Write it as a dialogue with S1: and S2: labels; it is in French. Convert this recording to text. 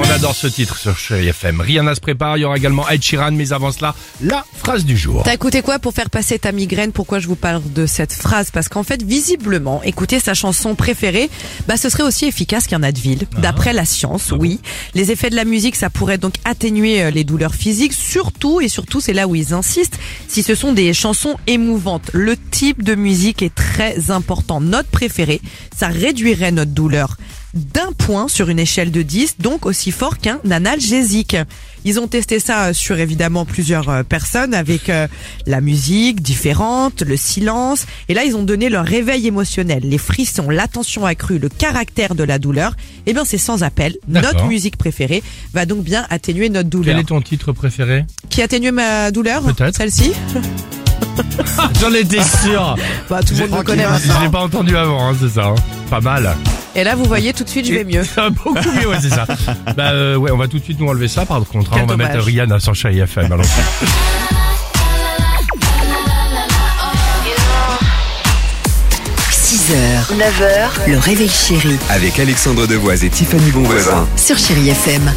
S1: On adore ce titre sur Chéri FM. Rihanna se prépare, il y aura également Ed Sheeran, mais avant cela, la phrase du jour.
S2: T'as écouté quoi pour faire passer ta migraine Pourquoi je vous parle de cette phrase Parce qu'en fait, visiblement, écouter sa chanson préférée, bah, ce serait aussi efficace qu'un Advil, d'après la science, oui. Les effets de la musique, ça pourrait donc atténuer euh, les douleurs physiques, surtout, et surtout, c'est là où ils insistent, si ce sont des chansons émouvantes. Le type de musique est très important. Notre préférée, ça réduirait notre douleur d'un point sur une échelle de 10, donc aussi fort qu'un analgésique. Ils ont testé ça euh, sur évidemment plusieurs euh, personnes avec euh, la musique différente, le silence, et là ils ont donné leur réveil émotionnel, les frissons, l'attention accrue, le caractère de la douleur. Eh bien c'est sans appel,
S1: D'accord.
S2: notre musique préférée va donc bien atténuer notre
S1: Quel
S2: douleur.
S1: est ton titre préféré
S2: Qui atténue ma douleur
S1: Peut-être.
S2: Celle-ci
S1: Ah, J'en étais sûr
S2: Bah tout le monde me connaît
S1: Je l'ai
S2: maintenant.
S1: pas entendu avant, hein, c'est ça. hein. Pas mal.
S2: Et là vous voyez tout de suite je vais mieux.
S1: Ça va Beaucoup mieux, ouais, c'est ça. Bah euh, ouais, on va tout de suite nous enlever ça par contre. hein.
S2: Quel
S1: on va
S2: dommage.
S1: mettre Rihanna sur Chéri FM. allons-y.
S3: You know,
S4: 6h,
S3: never.
S4: le réveil chéri
S5: Avec Alexandre Devoise et Tiffany Bonvoisin.
S4: sur Chéri FM.